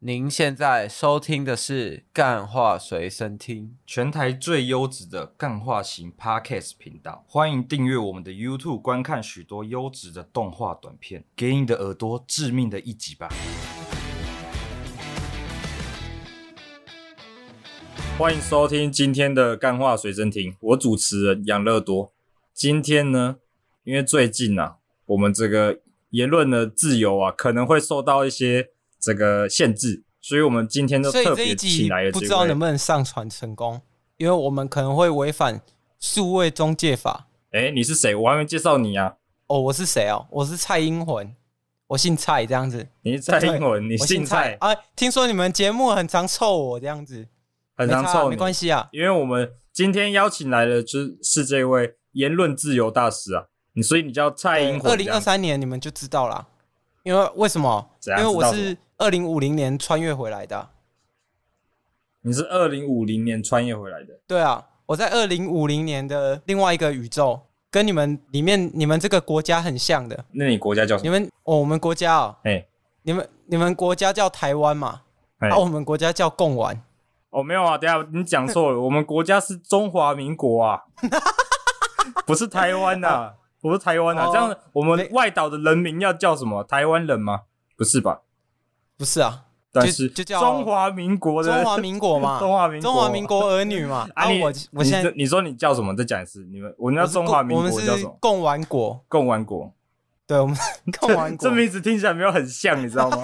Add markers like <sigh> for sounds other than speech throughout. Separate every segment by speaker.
Speaker 1: 您现在收听的是《干话随身听
Speaker 2: 全台最优质的干化型 Podcast 频道，欢迎订阅我们的 YouTube，观看许多优质的动画短片，给你的耳朵致命的一击吧！欢迎收听今天的干话随身听，我主持人杨乐多。今天呢，因为最近啊，我们这个言论的自由啊，可能会受到一些这个限制，所以我们今天就
Speaker 3: 所以
Speaker 2: 特
Speaker 3: 这
Speaker 2: 别
Speaker 3: 一
Speaker 2: 请
Speaker 3: 集
Speaker 2: 来了这
Speaker 3: 不
Speaker 2: 位
Speaker 3: 知道能不能上传成功，因为我们可能会违反数位中介法。
Speaker 2: 哎，你是谁？我还没介绍你啊！
Speaker 3: 哦，我是谁哦？我是蔡英文，我姓蔡这样子。
Speaker 2: 你是蔡英文，你
Speaker 3: 我
Speaker 2: 姓蔡，
Speaker 3: 啊？听说你们节目很常臭我这样子，
Speaker 2: 很常
Speaker 3: 没差啊
Speaker 2: 臭
Speaker 3: 没关
Speaker 2: 你。
Speaker 3: 系啊。
Speaker 2: 因为我们今天邀请来的就是这位言论自由大使啊，你所以你叫蔡英文啊这
Speaker 3: 二
Speaker 2: 样。
Speaker 3: 零二三年你们就知道啦，因为为什么？
Speaker 2: 怎
Speaker 3: 因
Speaker 2: 样
Speaker 3: 为我
Speaker 2: 知道什
Speaker 3: 是二零五零年穿越回来的啊。
Speaker 2: 你是二零五零年穿越回来的，
Speaker 3: 对啊，我在二零五零年的另外一个宇宙，跟你们里面你们这个国家很像的。
Speaker 2: 那你国家叫什
Speaker 3: 你
Speaker 2: 么？
Speaker 3: 们哦，我们国家哦，
Speaker 2: 哎
Speaker 3: 你们你们国家叫台湾嘛？
Speaker 2: 哎
Speaker 3: 啊，我们国家叫贡丸。
Speaker 2: 哦，没有啊，等一下你讲错
Speaker 3: <laughs>
Speaker 2: 了，我们国家是中华民国啊，不是台湾呐、啊，不是台湾呐、啊。
Speaker 3: 哦
Speaker 2: 这样我们
Speaker 3: 没
Speaker 2: 外岛的人民要叫什么？台湾人吗？不是吧？
Speaker 3: 不是啊，
Speaker 2: 但是
Speaker 3: 就叫
Speaker 2: 中华民国的
Speaker 3: 中华民国嘛，
Speaker 2: <laughs> 中华民国
Speaker 3: 中华民国儿女嘛。
Speaker 2: 啊你，
Speaker 3: 我我现在
Speaker 2: 你你说你叫什么？再讲一次，你们我们叫
Speaker 3: 我是
Speaker 2: 中华
Speaker 3: 贡
Speaker 2: 民
Speaker 3: 我
Speaker 2: 国
Speaker 3: 们
Speaker 2: 叫
Speaker 3: 是
Speaker 2: 什么？
Speaker 3: 贡丸国，
Speaker 2: 共玩国。
Speaker 3: 对，
Speaker 2: <laughs>
Speaker 3: 我们贡丸
Speaker 2: 这
Speaker 3: 国。
Speaker 2: 名字听起来没有很像，你知
Speaker 3: <laughs>
Speaker 2: 道吗？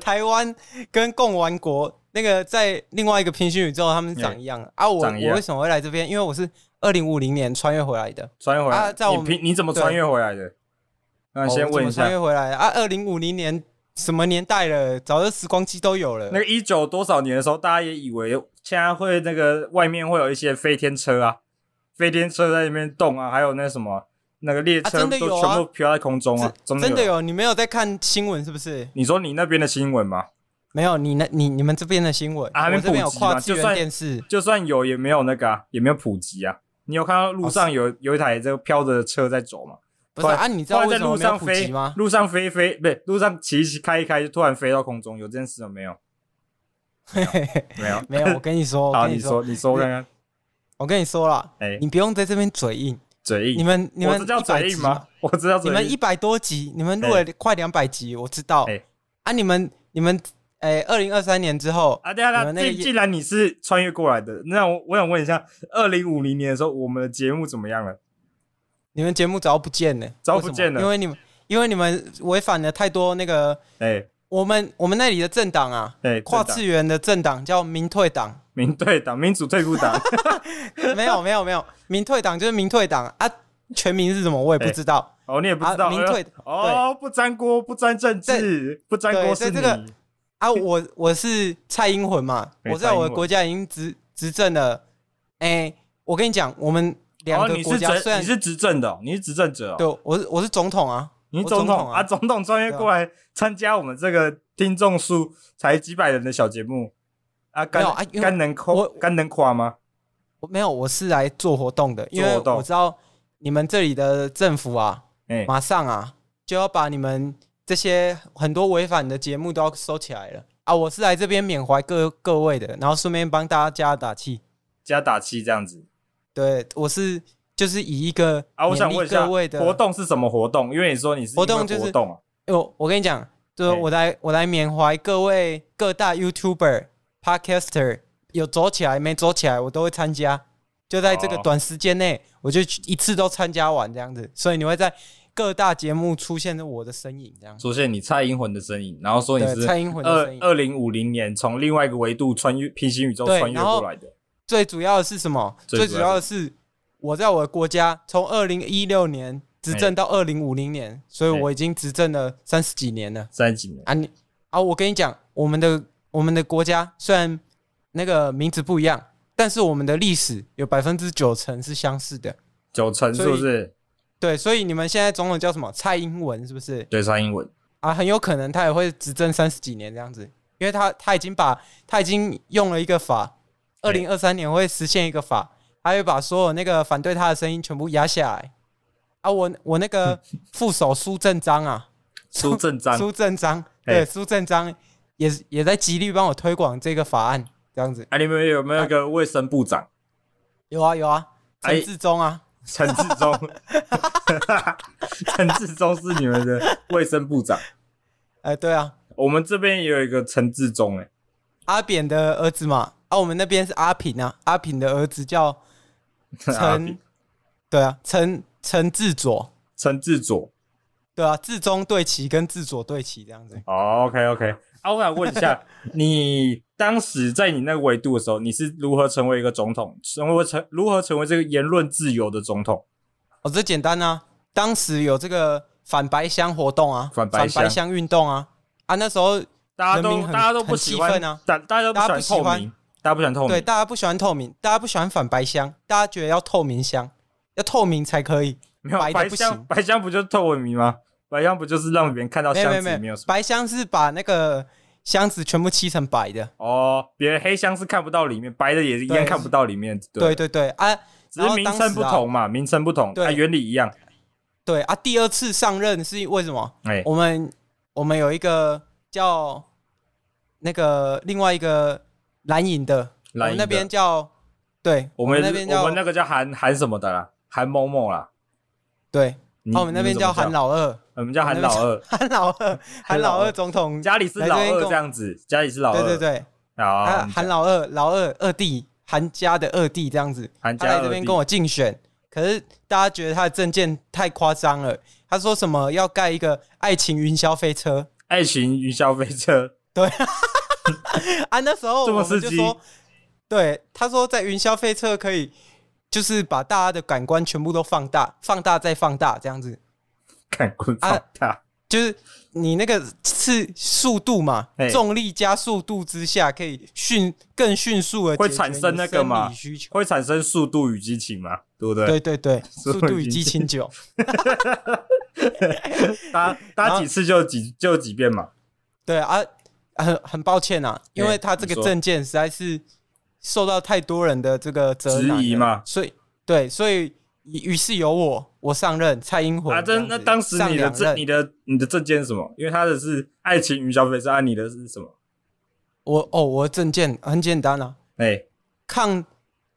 Speaker 3: 台湾跟贡丸国那个在另外一个平行宇宙，他们是长一样的啊。我
Speaker 2: 哎长一样
Speaker 3: 我为什么会来这边？因为我是二零五零年穿越回来的。
Speaker 2: 穿越回来，
Speaker 3: 啊在我
Speaker 2: 你
Speaker 3: 们
Speaker 2: 平你怎么穿越回来的？那
Speaker 3: 哦
Speaker 2: 先
Speaker 3: 我怎
Speaker 2: 问
Speaker 3: 么
Speaker 2: 一
Speaker 3: 穿
Speaker 2: 下，
Speaker 3: 越回来的啊？二零五零年什么年代了？早就时光机都有了
Speaker 2: 那。个一九多少年的时候，大家也以为现在会那个外面会有一些飞天车啊，飞天车在那边动啊，还有那什么那个列车
Speaker 3: 啊
Speaker 2: 都
Speaker 3: 真的有啊
Speaker 2: 全部飘在空中啊，真
Speaker 3: 真的
Speaker 2: 有。
Speaker 3: 有？你没有在看新闻是不是？
Speaker 2: 你说你那边的新闻吗？
Speaker 3: 没有，你那你你们这边的新闻，
Speaker 2: 啊还没
Speaker 3: 我这边有
Speaker 2: 普及嘛
Speaker 3: 跨资
Speaker 2: 就
Speaker 3: 源
Speaker 2: 算
Speaker 3: 电视，
Speaker 2: 就算有，也没有那个、啊，也没有普及啊。你有看到路
Speaker 3: 哦
Speaker 2: 上有、有一台这个飘着的车在走吗？
Speaker 3: 不是
Speaker 2: 突然
Speaker 3: 啊？你知
Speaker 2: 突
Speaker 3: 道
Speaker 2: 然
Speaker 3: 为
Speaker 2: 在
Speaker 3: 什么
Speaker 2: 路
Speaker 3: 没有
Speaker 2: 上
Speaker 3: 普及
Speaker 2: 飞
Speaker 3: 吗？，
Speaker 2: 路上飞飞，不是路上骑一骑开一开，就突然飞到空中，有这件事有没有？没有
Speaker 3: 没有，我跟
Speaker 2: <laughs>
Speaker 3: 你说，我
Speaker 2: 好，
Speaker 3: 跟
Speaker 2: 你
Speaker 3: 说，
Speaker 2: 说，你说看看，
Speaker 3: 我跟你说了
Speaker 2: 哎，
Speaker 3: 你不用在这边嘴硬。
Speaker 2: 嘴
Speaker 3: 你
Speaker 2: 硬，
Speaker 3: 们你
Speaker 2: 我
Speaker 3: 们
Speaker 2: 这叫
Speaker 3: 一百
Speaker 2: 嘴
Speaker 3: 集
Speaker 2: 硬
Speaker 3: 嘛
Speaker 2: 吗？？我这叫
Speaker 3: 你
Speaker 2: 嘴
Speaker 3: 们一
Speaker 2: 硬。
Speaker 3: 百多集，你们录了快两百集，我知道
Speaker 2: 哎。
Speaker 3: 啊，你们你们哎，二零二三年之后，
Speaker 2: 啊，对啊，
Speaker 3: 你
Speaker 2: 那
Speaker 3: 们那个
Speaker 2: 既既然你是穿越过来的，那我我想问一下，二零五零年的时候，我们的节目怎么样了？
Speaker 3: 你们节目早不见了，
Speaker 2: 早
Speaker 3: 为什
Speaker 2: 不
Speaker 3: 么
Speaker 2: 见了
Speaker 3: 因为你们因为你们违反了太多那个
Speaker 2: 哎
Speaker 3: 我们我们那里的政党啊，
Speaker 2: 哎，
Speaker 3: 跨
Speaker 2: 政党
Speaker 3: 次元的政党叫民退党。
Speaker 2: 民对党、民主退步
Speaker 3: <laughs>
Speaker 2: 党，
Speaker 3: 没有没有没有，民退党就是民退党啊，全名是什么我也不知道。
Speaker 2: 哦，你也不知道，
Speaker 3: 啊民退
Speaker 2: 哦，不沾锅，不沾政治，不沾锅
Speaker 3: 对
Speaker 2: 是
Speaker 3: 在
Speaker 2: 你
Speaker 3: 这个啊，我我是蔡英文
Speaker 2: <laughs>
Speaker 3: 嘛，
Speaker 2: 对
Speaker 3: 我在
Speaker 2: 蔡
Speaker 3: 我的
Speaker 2: 英文
Speaker 3: 国家已经执执政了。哎、我跟你讲，我们两
Speaker 2: 哦
Speaker 3: 个
Speaker 2: 你
Speaker 3: 国
Speaker 2: 是
Speaker 3: 家、虽
Speaker 2: 执
Speaker 3: 然
Speaker 2: 你是执政的哦，你是执政者哦，
Speaker 3: 对我是我是总统啊，
Speaker 2: 你
Speaker 3: 我
Speaker 2: 总统
Speaker 3: 啊，
Speaker 2: 啊，总统穿越过来参加我们这个听众数才几百人的小节目啊，干
Speaker 3: 没有啊因为
Speaker 2: 干能夸
Speaker 3: 我
Speaker 2: 干能夸吗？
Speaker 3: 我没有，我是来做活动的，因为
Speaker 2: 做活动
Speaker 3: 我知道你们这里的政府啊，
Speaker 2: 哎，
Speaker 3: 马上啊就要把你们这些很多违反的节目都要收起来了啊。我是来这边缅怀各各位的，然后顺便帮大家打气。
Speaker 2: 加打气这样子
Speaker 3: 对，我是就是以一个
Speaker 2: 啊，我想
Speaker 3: 勉励
Speaker 2: 问一下
Speaker 3: 各位的
Speaker 2: 活，动是什么活动？因为你说你是
Speaker 3: 活动
Speaker 2: 因为
Speaker 3: 就是
Speaker 2: 活动啊，
Speaker 3: 哎我我跟你讲，就是
Speaker 2: 嘿
Speaker 3: 我来我来缅怀各位各大 YouTuber、Podcaster，有走起来没走起来，我都会参加。就在这个
Speaker 2: 哦
Speaker 3: 短时间内，我就一次都参加完这样子，所以你会在各大节目出现我的身影这样。
Speaker 2: 出现你蔡英文的身影，然后说你
Speaker 3: 对，
Speaker 2: 是
Speaker 3: 蔡英文的
Speaker 2: 二
Speaker 3: 身影。
Speaker 2: 二零五零年从另外一个维度穿越平行宇宙
Speaker 3: 对
Speaker 2: 穿越
Speaker 3: 然后
Speaker 2: 过来的，
Speaker 3: 最主要的是什么？
Speaker 2: 最
Speaker 3: 最
Speaker 2: 主
Speaker 3: 主
Speaker 2: 要
Speaker 3: 要的是我在我的国家从二零一六年执政到二零五零年，所以
Speaker 2: 嘿
Speaker 3: 我已经执政了三十几年了。
Speaker 2: 三十几年
Speaker 3: 啊你啊，我跟你讲，我们的我们的国家虽然那个名字不一样，但是我们的历史有百分之九成是相似的。
Speaker 2: 九成是
Speaker 3: 所
Speaker 2: 不
Speaker 3: 以
Speaker 2: 是？
Speaker 3: 对，所以你们现在总统叫什么？蔡英文是不是？
Speaker 2: 对，蔡英文
Speaker 3: 啊，很有可能他也会执政三十几年这样子，因为他他已经把他已经用了一个法，二
Speaker 2: 对
Speaker 3: 零二三年会实现一个法，他会把所有那个反对他的声音全部压下来。啊，我我那个副手苏正章啊，
Speaker 2: 苏正章
Speaker 3: 苏正章，
Speaker 2: 嘿
Speaker 3: 对，苏正章，也是也在极力帮我推广这个法案，这样子。
Speaker 2: 哎、你们有
Speaker 3: 啊
Speaker 2: 没有一个卫生部长
Speaker 3: 有啊有啊，
Speaker 2: 哎
Speaker 3: 陈志忠啊，
Speaker 2: 陈志忠？陈志忠是你们的卫生部长，
Speaker 3: 哎、对啊，
Speaker 2: 我们这边也有一个陈志忠、哎，
Speaker 3: 阿扁的儿子嘛，啊，我们那边是阿平啊，阿平的儿子叫
Speaker 2: 阿
Speaker 3: 陈
Speaker 2: 扁，
Speaker 3: 对啊，陈陈志佐，
Speaker 2: 陈志佐。
Speaker 3: 对啊，志忠对齐跟志佐对齐这样子。
Speaker 2: 哦，OK，OK、o k OK，啊，我想问一下，你当时在你那个维度的时候，你是如何成为一个总统，成为成如何成为这个言论自由的总统？
Speaker 3: 哦，这简单啊，当时有这个反白箱活动啊，
Speaker 2: 反
Speaker 3: 反
Speaker 2: 白箱
Speaker 3: 箱运动啊，啊，那时候
Speaker 2: 大家
Speaker 3: 人
Speaker 2: 都
Speaker 3: 民很
Speaker 2: 大家都不
Speaker 3: 很
Speaker 2: 喜
Speaker 3: 气
Speaker 2: 欢
Speaker 3: 愤啊
Speaker 2: 大大家都
Speaker 3: 大家
Speaker 2: 不
Speaker 3: 不
Speaker 2: 喜欢
Speaker 3: 喜
Speaker 2: 透
Speaker 3: 欢
Speaker 2: 明，大家不喜欢透
Speaker 3: 对
Speaker 2: 明，
Speaker 3: 大家不喜欢透明，大家不喜欢反白箱，大家觉得要透明箱，要透明才可以。
Speaker 2: 没有
Speaker 3: 白的
Speaker 2: 白
Speaker 3: 不
Speaker 2: 箱
Speaker 3: 行
Speaker 2: 白箱不就是透明吗？白箱不就是让别人看到
Speaker 3: 没有
Speaker 2: 箱
Speaker 3: 没
Speaker 2: 子
Speaker 3: 有
Speaker 2: 里
Speaker 3: 没
Speaker 2: 面有
Speaker 3: 有
Speaker 2: 什，么？
Speaker 3: 白箱是把那个箱子全部漆成白的。
Speaker 2: 哦，别人黑箱是看不到里面，白的也一样
Speaker 3: 对
Speaker 2: 看不到里面，
Speaker 3: 对
Speaker 2: 对，
Speaker 3: 对对啊，
Speaker 2: 只是名称不
Speaker 3: 然后当时啊
Speaker 2: 同嘛，名称不同，
Speaker 3: 对
Speaker 2: 它原理一样。
Speaker 3: 对啊，第二次上任是为什么？
Speaker 2: 哎，
Speaker 3: 我们我们有一个叫那个另外一个蓝营的，我
Speaker 2: 蓝营的
Speaker 3: 们那边叫对，
Speaker 2: 我
Speaker 3: 们
Speaker 2: 们
Speaker 3: 那边
Speaker 2: 我
Speaker 3: 叫
Speaker 2: 们那个叫韩韩什么的啦，韩某某啦，
Speaker 3: 对，
Speaker 2: 你
Speaker 3: 啊，我们那边
Speaker 2: 你们
Speaker 3: 叫
Speaker 2: 怎么
Speaker 3: 韩老二， <laughs>
Speaker 2: 我们叫韩老二，
Speaker 3: 韩老二，韩老二总
Speaker 2: <laughs>
Speaker 3: 统，
Speaker 2: 家里是老
Speaker 3: 来这边
Speaker 2: 二
Speaker 3: 跟
Speaker 2: 这样子，家里是老二，
Speaker 3: 对对对，
Speaker 2: 啊，
Speaker 3: 啊，
Speaker 2: 你讲
Speaker 3: 韩老二，老二二弟，韩家的二弟这样子，
Speaker 2: 韩
Speaker 3: 他
Speaker 2: 家
Speaker 3: 来
Speaker 2: 二
Speaker 3: 这边
Speaker 2: 弟
Speaker 3: 跟我竞选，可是大家觉得他的证件太夸张了，他说什么要盖一个爱情云霄飞车， <laughs>
Speaker 2: 爱情与消费车， <laughs>
Speaker 3: 啊，那时候
Speaker 2: 这么
Speaker 3: 我们就
Speaker 2: 刺激
Speaker 3: 说，对，他说在云霄飞车可以，就是把大家的感官全部都放大，放大再放大，这样子，
Speaker 2: 看棍
Speaker 3: 啊
Speaker 2: 放大，
Speaker 3: 就是你那个次速度嘛
Speaker 2: 嘿，
Speaker 3: 重力加速度之下，可以迅更迅速的
Speaker 2: 会产生那个嘛
Speaker 3: 需求。
Speaker 2: 会产生速度与激情嘛，对不对？
Speaker 3: 对对
Speaker 2: <laughs>
Speaker 3: 对，
Speaker 2: 所以
Speaker 3: 速度
Speaker 2: 已
Speaker 3: 与
Speaker 2: 经
Speaker 3: 激情九，
Speaker 2: 搭
Speaker 3: 然
Speaker 2: 搭
Speaker 3: 后
Speaker 2: 几次就几就几遍嘛，
Speaker 3: 对啊，很很抱歉啊，因为他这个
Speaker 2: 哎你说
Speaker 3: 证件实在是受到太多人的这个责
Speaker 2: 质
Speaker 3: 难
Speaker 2: 疑
Speaker 3: 了
Speaker 2: 嘛。
Speaker 3: 所以对，所以于是由我我上任，蔡英文
Speaker 2: 啊，
Speaker 3: 这
Speaker 2: 真
Speaker 3: 样
Speaker 2: 那
Speaker 3: 子
Speaker 2: 当时
Speaker 3: 上
Speaker 2: 你的
Speaker 3: 两
Speaker 2: 证
Speaker 3: 任
Speaker 2: 你的你的证件是什么？因为他的是爱情与消费车，啊，你的是什么？
Speaker 3: 我哦，我的证件很简单啊，
Speaker 2: 哎，
Speaker 3: 抗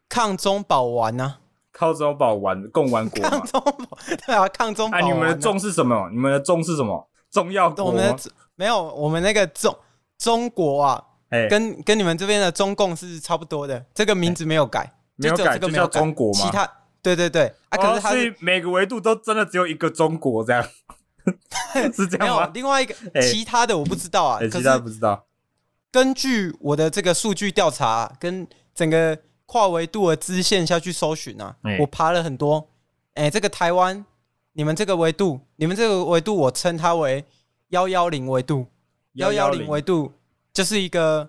Speaker 3: 抗中保完呐、
Speaker 2: 靠中保玩共玩
Speaker 3: <laughs>
Speaker 2: 国嘛
Speaker 3: 抗。中保对啊，抗中保
Speaker 2: 啊，
Speaker 3: 完、
Speaker 2: 你
Speaker 3: 啊。
Speaker 2: 们的重是什么？你们的重是什么？重要国
Speaker 3: 我们
Speaker 2: 吗
Speaker 3: 的？中没有我们那个中中国啊，
Speaker 2: 哎，
Speaker 3: 跟跟你们这边的中共是差不多的，这个名字没有改，
Speaker 2: 没有
Speaker 3: 就只有
Speaker 2: 改
Speaker 3: 这个
Speaker 2: 就
Speaker 3: 没
Speaker 2: 叫
Speaker 3: 有改，
Speaker 2: 中国嘛
Speaker 3: 其。他对对对啊，可
Speaker 2: 哦，
Speaker 3: 是它
Speaker 2: 所
Speaker 3: 是
Speaker 2: 以每个维度都真的只有一个中国
Speaker 3: <laughs>
Speaker 2: 这样，是这
Speaker 3: 没
Speaker 2: 样
Speaker 3: 有
Speaker 2: 吗？
Speaker 3: 另外一个
Speaker 2: 哎
Speaker 3: 其他的我不知道啊，
Speaker 2: 哎，其
Speaker 3: 可是
Speaker 2: 他不知道。
Speaker 3: 根据我的这个数据调查、啊跟整个跨维度的支线下去搜寻啊，
Speaker 2: 哎
Speaker 3: 我爬了很多。哎、这个台湾，你们这个维度，你们这个维度，我称它为幺幺零维度。幺幺零维度就是一个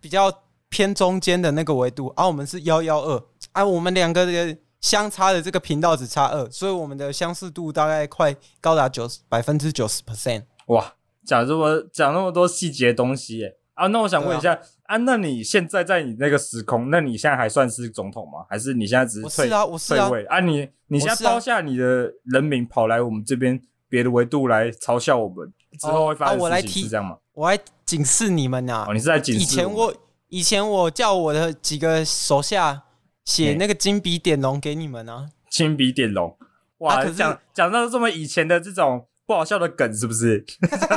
Speaker 3: 比较偏中间的那个维度，而、我们是幺幺二，啊，我们两个的相差的这个频道只差二，所以我们的相似度大概快高达九十百分之九十 percent。
Speaker 2: 哇，讲这么讲那么多细节的东西耶啊！那我想问一下啊那你现在在你那个时空，那你现在还算是总统吗？还是你现在只
Speaker 3: 我
Speaker 2: 退
Speaker 3: 是啊，我是
Speaker 2: 退
Speaker 3: 啊，
Speaker 2: 位啊？你你现在
Speaker 3: 我是啊
Speaker 2: 包下你的人民跑来我们这边别的维度来嘲笑我们，之后会发
Speaker 3: 哦啊我
Speaker 2: 生
Speaker 3: 来
Speaker 2: 事
Speaker 3: 提
Speaker 2: 情是这样吗？
Speaker 3: 我还警示你们呐、
Speaker 2: 哦，你是在警
Speaker 3: 以
Speaker 2: 示
Speaker 3: 前
Speaker 2: 我们
Speaker 3: 我以前我叫我的几个手下写那个金笔点龙给你们啊，
Speaker 2: 亲笔点龙
Speaker 3: 啊
Speaker 2: 哇？
Speaker 3: 可是
Speaker 2: 讲讲到这么以前的这种不好笑的梗是不
Speaker 3: <laughs>
Speaker 2: 是？讲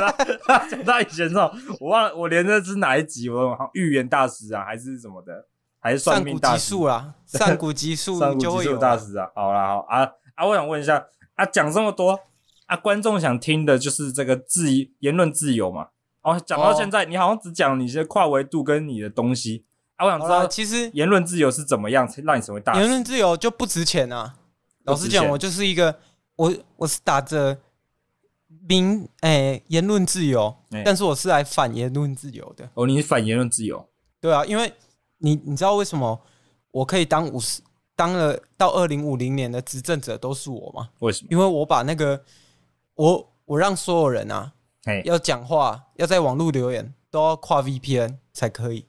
Speaker 2: 到讲到以前这种，我忘了我连那是哪一集，我好像预言大师啊，还是什么的，还是算
Speaker 3: 上
Speaker 2: 命
Speaker 3: 古
Speaker 2: 大
Speaker 3: 级
Speaker 2: 师 <laughs>
Speaker 3: 数啊啦， <laughs> 上古级数
Speaker 2: 上古
Speaker 3: 就
Speaker 2: 极
Speaker 3: 会有
Speaker 2: 速
Speaker 3: 啊
Speaker 2: 大师啊，好啦好啊啊，我想问一下啊，讲这么多啊，观众想听的就是这个自言论自由嘛。哦，讲到
Speaker 3: 哦
Speaker 2: 现在，你好像只讲你这跨维度跟你的东西啊，我想知
Speaker 3: 好啦，
Speaker 2: 道
Speaker 3: 其实
Speaker 2: 言论自由是怎么样让你成为大
Speaker 3: 言
Speaker 2: 师？
Speaker 3: 论自由就不值钱啊。
Speaker 2: 不
Speaker 3: 老
Speaker 2: 值
Speaker 3: 实
Speaker 2: 钱
Speaker 3: 讲，我就是一个我我是打着民哎、言论自由
Speaker 2: 哎，
Speaker 3: 但是我是来反言论自由的。
Speaker 2: 哦，你是反言论自由，
Speaker 3: 对啊，因为你你知道为什么我可以当五十当了到二零五零年的执政者都是我吗？
Speaker 2: 为什么？
Speaker 3: 因为我把那个我我让所有人啊
Speaker 2: 嘿，
Speaker 3: 要讲话要在网络留言都要跨 VPN 才可以。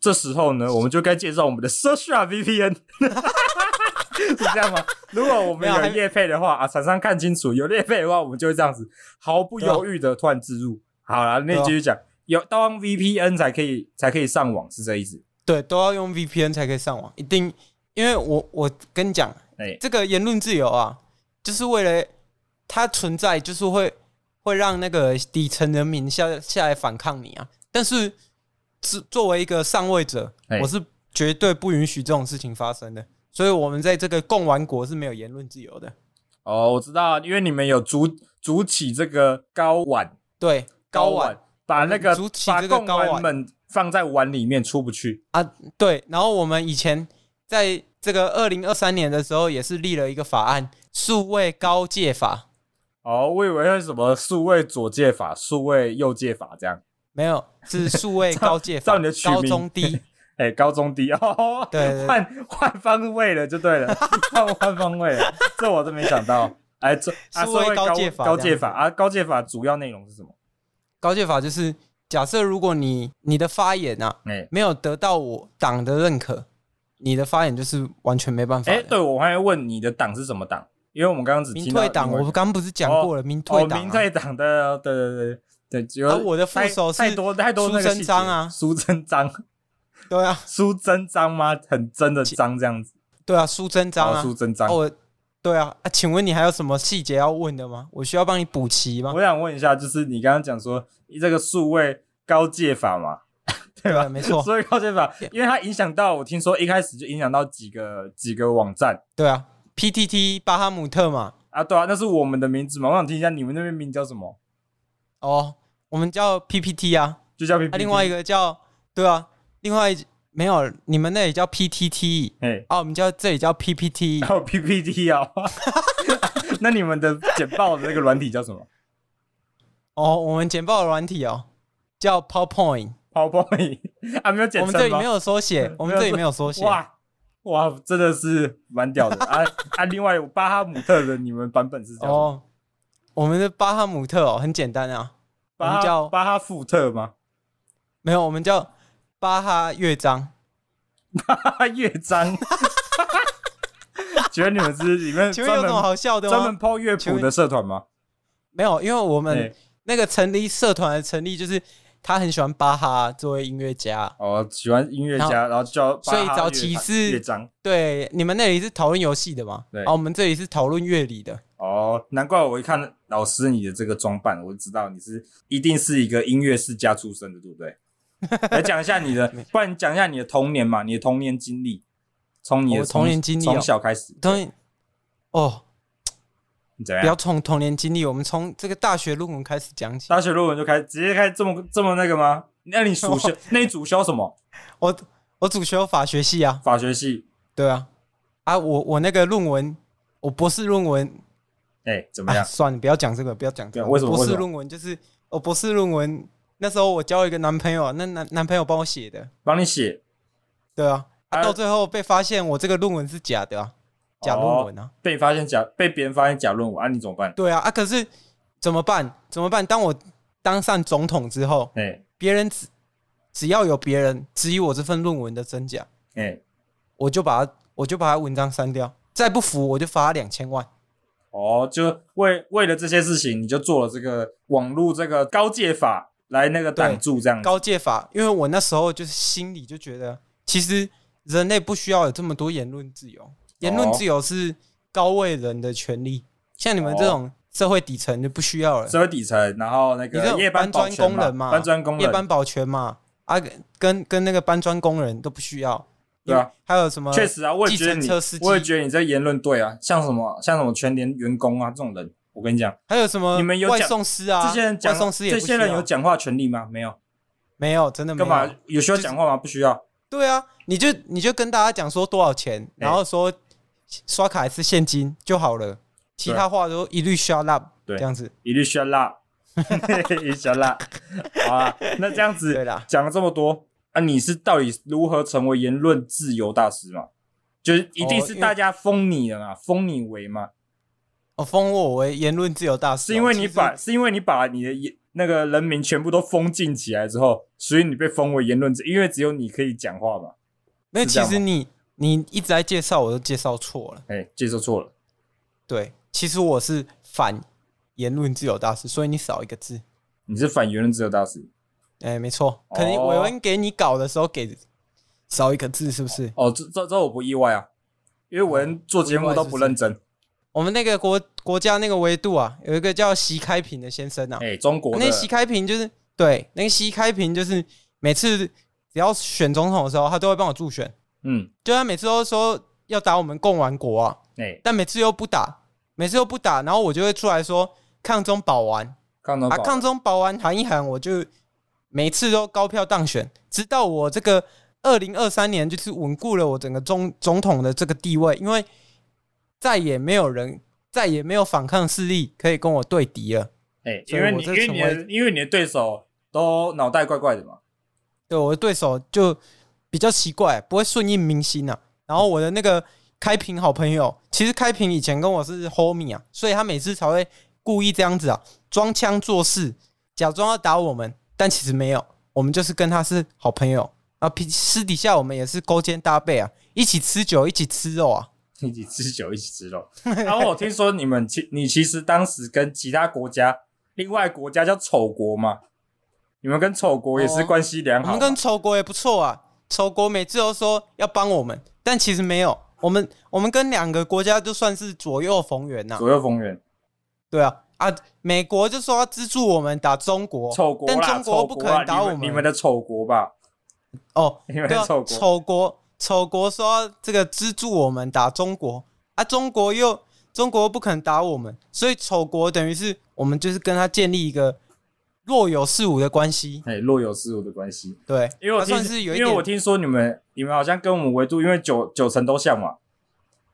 Speaker 2: 这时候呢，我们就该介绍我们的 Searcha VPN，是这样吗？如果我
Speaker 3: 没
Speaker 2: 们
Speaker 3: 有还
Speaker 2: 有
Speaker 3: 没
Speaker 2: 业配的话啊，厂商
Speaker 3: 啊
Speaker 2: 看清楚有业配的话，我们就会这样子毫不犹豫的突然植入。好了，那你继续讲，有要用 VPN 才可以才可以上网，是这意思？
Speaker 3: 对，都要用 VPN 才可以上网，一定，因为我我跟你讲，
Speaker 2: 哎、
Speaker 3: 这个言论自由啊，就是为了它存在，就是会会让那个底层人民下下来反抗你啊。但是，作作为一个上位者，
Speaker 2: 哎
Speaker 3: 我是绝对不允许这种事情发生的。所以，我们在这个共玩国是没有言论自由的。
Speaker 2: 哦，我知道啊，因为你们有主主起这个高碗，
Speaker 3: 对，高玩
Speaker 2: 碗把那个
Speaker 3: 主起
Speaker 2: 把
Speaker 3: 这个
Speaker 2: 贡
Speaker 3: 高碗
Speaker 2: 丸们放在碗里面出不去。
Speaker 3: 对。然后，我们以前在这个二零二三年的时候，也是立了一个法案《数位高界法》。
Speaker 2: 哦，我以为是什么数位左界法、数位右界法这样。
Speaker 3: 没有，是
Speaker 2: <laughs>
Speaker 3: 数位高界
Speaker 2: 照
Speaker 3: 法，
Speaker 2: 你的取名
Speaker 3: 高中低，
Speaker 2: 哎、高中低哦，
Speaker 3: 对对对
Speaker 2: 换换方位了就对了，换 <laughs> 换方位了，这我真没想到。哎，这啊，
Speaker 3: 数位
Speaker 2: 社会
Speaker 3: 高
Speaker 2: 高
Speaker 3: 界法
Speaker 2: 高
Speaker 3: 这
Speaker 2: 界
Speaker 3: 样
Speaker 2: 法啊，高界法主要内容是什么？
Speaker 3: 高界法就是假设如果你你的发言啊
Speaker 2: 哎、
Speaker 3: 没有得到我党的认可，你的发言就是完全没办法
Speaker 2: 哎、
Speaker 3: 的。
Speaker 2: 对我还问你的党是什么党？因为我们刚刚只
Speaker 3: 民
Speaker 2: 听到
Speaker 3: 退党，
Speaker 2: 另外一
Speaker 3: 我
Speaker 2: 个
Speaker 3: 刚刚不是讲过了，民退
Speaker 2: 哦，
Speaker 3: 党
Speaker 2: 民
Speaker 3: 啊、
Speaker 2: 退党的，对对对对，只有
Speaker 3: 啊我的副
Speaker 2: 太
Speaker 3: 手是
Speaker 2: 太多太多那个
Speaker 3: 苏贞
Speaker 2: 细节
Speaker 3: 昌啊
Speaker 2: 苏贞章，
Speaker 3: 对啊，
Speaker 2: 苏贞章吗？很真的章这样子，
Speaker 3: 对啊，苏贞章
Speaker 2: 哦，
Speaker 3: 啊，
Speaker 2: 苏贞
Speaker 3: 哦
Speaker 2: 章。
Speaker 3: 我对啊啊，请问你还有什么细节要问的吗？我需要帮你补齐吗？
Speaker 2: 我想问一下，就是你刚刚讲说这个数位高界法嘛，对吧？
Speaker 3: 啊没错，
Speaker 2: 所以高阶法，因为它影响到我听说一开始就影响到几个几个网站
Speaker 3: 对啊，PTT 巴哈姆特嘛，
Speaker 2: 啊，对啊，那是我们的名字嘛，我想听一下你们那边名叫什么，
Speaker 3: 哦，我们叫 PPT 啊，
Speaker 2: 就叫 P P、
Speaker 3: 啊，另外一
Speaker 2: 个，
Speaker 3: 个叫对啊，另外一没有，你们那里叫 PTT
Speaker 2: 哎，
Speaker 3: 啊，我们叫这里叫 PPT
Speaker 2: 还有 P P T 啊， <laughs> 那你们的简报的那个软体叫什么
Speaker 3: 哦，我们简报的软体哦叫 PowerPoint，
Speaker 2: ？PowerPoint <laughs> 啊，没有简
Speaker 3: 我
Speaker 2: 称
Speaker 3: 们
Speaker 2: 吗？
Speaker 3: 这里没有缩写，
Speaker 2: <laughs>
Speaker 3: 我们这里没有缩写，
Speaker 2: 哇哇，真的是蛮屌的啊啊！另外巴哈姆特的你们版本是叫什么
Speaker 3: 哦，我们的巴哈姆特哦很简单啊，我
Speaker 2: 巴
Speaker 3: 们
Speaker 2: 哈
Speaker 3: 叫
Speaker 2: 巴哈富特吗？ <laughs>
Speaker 3: 没有，我们叫巴哈乐章，
Speaker 2: 哈哈，乐章， <laughs> 觉得你们是里面
Speaker 3: 请问
Speaker 2: 专
Speaker 3: 有什
Speaker 2: 门
Speaker 3: 么好笑的
Speaker 2: 专门
Speaker 3: 吗？
Speaker 2: 抛乐谱的社团吗？
Speaker 3: 没有，因为我们
Speaker 2: 哎
Speaker 3: 那个成立社团的成立就是他很喜欢巴哈作为音乐家，
Speaker 2: 哦，喜欢音乐家，然后叫巴哈
Speaker 3: 所以早期
Speaker 2: 乐
Speaker 3: 是
Speaker 2: 乐章。
Speaker 3: 对，你们那里是讨论游戏的嘛？
Speaker 2: 对
Speaker 3: 啊，我们这里是讨论乐理的。
Speaker 2: 哦，难怪我一看老师你的这个装扮，我就知道你是哦一定是一个音乐世家出身的，对不
Speaker 3: <laughs>
Speaker 2: 对？来讲一下你的，不然你讲一下你的童年嘛，你的童年经历，从你
Speaker 3: 我
Speaker 2: 的
Speaker 3: 的童年经历哦
Speaker 2: 从小开始，
Speaker 3: 同意哦，
Speaker 2: 你怎
Speaker 3: 不要
Speaker 2: 样？
Speaker 3: 从童年经历，我们从这个大学论文开始讲起。
Speaker 2: 大学论文就开直接开这么这么那个吗？那你
Speaker 3: <laughs>
Speaker 2: 主修，那你主修什么？
Speaker 3: 我我主修法学系啊，
Speaker 2: 法学系。
Speaker 3: 对啊，啊，我我那个论文，我博士论文，
Speaker 2: 哎，怎么
Speaker 3: 啊， <laughs>
Speaker 2: 样？
Speaker 3: 算了，不要讲这个，不要讲这个。
Speaker 2: 对为什么
Speaker 3: 博
Speaker 2: 为
Speaker 3: 士
Speaker 2: 什么
Speaker 3: 论文就是我博士论文那时候我交一个男朋友，啊那男男朋友帮我写的，
Speaker 2: 帮你写
Speaker 3: 对啊，啊
Speaker 2: 啊
Speaker 3: 到最后被发现我这个论文是假的啊，假论文啊，
Speaker 2: 哦被发现假，被别人发现假论文，啊，你怎么办？
Speaker 3: 对啊，啊，可是怎么办？怎么办？当我当上总统之后，
Speaker 2: 哎
Speaker 3: 别人只只要有别人质疑我这份论文的真假，
Speaker 2: 哎，
Speaker 3: 我就把他我就把他文章删掉，再不服我就罚他两千万。
Speaker 2: 哦，就为为了这些事情，你就做了这个网络这个高界法来那个挡住这样子。
Speaker 3: 高戒法，因为我那时候就是心里就觉得，其实人类不需要有这么多言论自由，言论
Speaker 2: 哦
Speaker 3: 自由是高位人的权利，像你们
Speaker 2: 哦
Speaker 3: 这种社会底层就不需要了，
Speaker 2: 社会底层，然后那
Speaker 3: 你这
Speaker 2: 个
Speaker 3: 种
Speaker 2: 夜班
Speaker 3: 搬
Speaker 2: 保
Speaker 3: 砖
Speaker 2: 全
Speaker 3: 工人嘛
Speaker 2: 搬砖工
Speaker 3: 夜
Speaker 2: 人，
Speaker 3: 班保全嘛，啊，跟跟那个搬砖工人都不需要，
Speaker 2: 对啊，
Speaker 3: 还有什么
Speaker 2: 确实啊，我也觉得
Speaker 3: 呃计
Speaker 2: 你
Speaker 3: 程车司，机
Speaker 2: 我也觉得你这言论对啊，像什么像什么全联员工啊这种人，我跟你讲，
Speaker 3: 还有什么
Speaker 2: 你们有
Speaker 3: 外
Speaker 2: 讲
Speaker 3: 送师啊，
Speaker 2: 这些人
Speaker 3: 外
Speaker 2: 讲
Speaker 3: 送师也
Speaker 2: 这
Speaker 3: 不需
Speaker 2: 些
Speaker 3: 要
Speaker 2: 人有讲话权利吗？没有，
Speaker 3: 没有真的没
Speaker 2: 干嘛
Speaker 3: 有？
Speaker 2: 有需要讲话吗？不需要。
Speaker 3: 对啊，你就你就跟大家讲说多少
Speaker 2: 哎
Speaker 3: 钱，然后说刷卡一次现金就好了，其他话都一律 shut up，
Speaker 2: 对
Speaker 3: 这样子。
Speaker 2: 一律削 <laughs> 辣，一律削
Speaker 3: <laughs>
Speaker 2: 辣。好啊，那这样子
Speaker 3: 对啦
Speaker 2: 讲了这么多啊，你是到底如何成为言论自由大师嘛？就是一定
Speaker 3: 哦因
Speaker 2: 是
Speaker 3: 为
Speaker 2: 大家封你了嘛，封你为嘛？
Speaker 3: 哦，封我为言论自由大师哦，
Speaker 2: 是因为你
Speaker 3: 其实
Speaker 2: 把是因为你把你的言那个人民全部都封禁起来之后，所以你被封为言论自，因为只有你可以讲话嘛。
Speaker 3: 没有，
Speaker 2: 是这
Speaker 3: 其
Speaker 2: 样
Speaker 3: 实
Speaker 2: 吗
Speaker 3: 你你一直在介绍，我都介绍错了。
Speaker 2: 哎、接受错了，
Speaker 3: 对，其实我是反言论自由大师，所以你少一个字。
Speaker 2: 你是反言论自由大师。
Speaker 3: 哎、哎，没错，可能
Speaker 2: 哦
Speaker 3: 伟文给你搞的时候给少一个字，是不是？
Speaker 2: 哦，这这这我不意外啊，因为我人做节目都不认真。
Speaker 3: 哦我们那个国国家那个维度啊，有一个叫席开平的先生啊，
Speaker 2: 哎、中国的
Speaker 3: 那席开平就是对，那个席开平就是每次只要选总统的时候，他都会帮我助选，
Speaker 2: 嗯，
Speaker 3: 就他每次都说要打我们共玩国啊，
Speaker 2: 哎、
Speaker 3: 但每次又不打，每次又不打，然后我就会出来说抗中保完
Speaker 2: 抗中
Speaker 3: 啊，
Speaker 2: 保
Speaker 3: 抗中保完喊一喊，我就每次都高票当选，直到我这个二零二三年就是稳固了我整个中总统的这个地位，因为再也没有人，再也没有反抗势力可以跟我对敌了。
Speaker 2: 哎、
Speaker 3: 所以
Speaker 2: 因为你
Speaker 3: 我
Speaker 2: 因
Speaker 3: 这
Speaker 2: 为
Speaker 3: 成
Speaker 2: 你
Speaker 3: 为
Speaker 2: 的因为你的对手都脑袋怪怪的嘛， <laughs>
Speaker 3: 对我的对手就比较奇怪，不会顺应民心啊。然后我的那个开平好朋友，其实开平以前跟我是 homie 啊，所以他每次才会故意这样子啊，装腔作势，假装要打我们，但其实没有，我们就是跟他是好朋友啊。平私底下我们也是勾肩搭背啊，一起吃酒，一起吃肉啊。
Speaker 2: 一起吃酒一起吃
Speaker 3: <laughs>
Speaker 2: 肉。然后、我听说你们其你其实当时跟其他国家另外国家叫丑国嘛，你们跟丑国也是关系良
Speaker 3: 哦我
Speaker 2: 好嘛、
Speaker 3: 们跟仇国也不错啊，仇国每次都说要帮我们，但其实没有。我们我们跟两个国家就算是左右逢源呐、啊
Speaker 2: 左右逢源，
Speaker 3: 对啊，啊，美国就说要资助我们打中国，
Speaker 2: 丑国
Speaker 3: 但
Speaker 2: 啦，
Speaker 3: 中国
Speaker 2: 丑
Speaker 3: 不
Speaker 2: 国
Speaker 3: 可
Speaker 2: 啦，
Speaker 3: 能
Speaker 2: 你
Speaker 3: 打我
Speaker 2: 们你们的丑国吧？ <laughs>
Speaker 3: 哦，
Speaker 2: 你们
Speaker 3: 对
Speaker 2: 的
Speaker 3: 啊，
Speaker 2: 丑国
Speaker 3: 丑国，丑国说要这个资助我们打中国，啊，中国又中国不肯打我们，所以丑国等于是我们就是跟他建立一个若有似无的关系，
Speaker 2: 哎、若有似无的关系。
Speaker 3: 对，
Speaker 2: 因为我
Speaker 3: 他
Speaker 2: 听
Speaker 3: 算是有一
Speaker 2: 因为我
Speaker 3: 点，
Speaker 2: 听说你们你们好像跟我们维度，因为九九成都像嘛。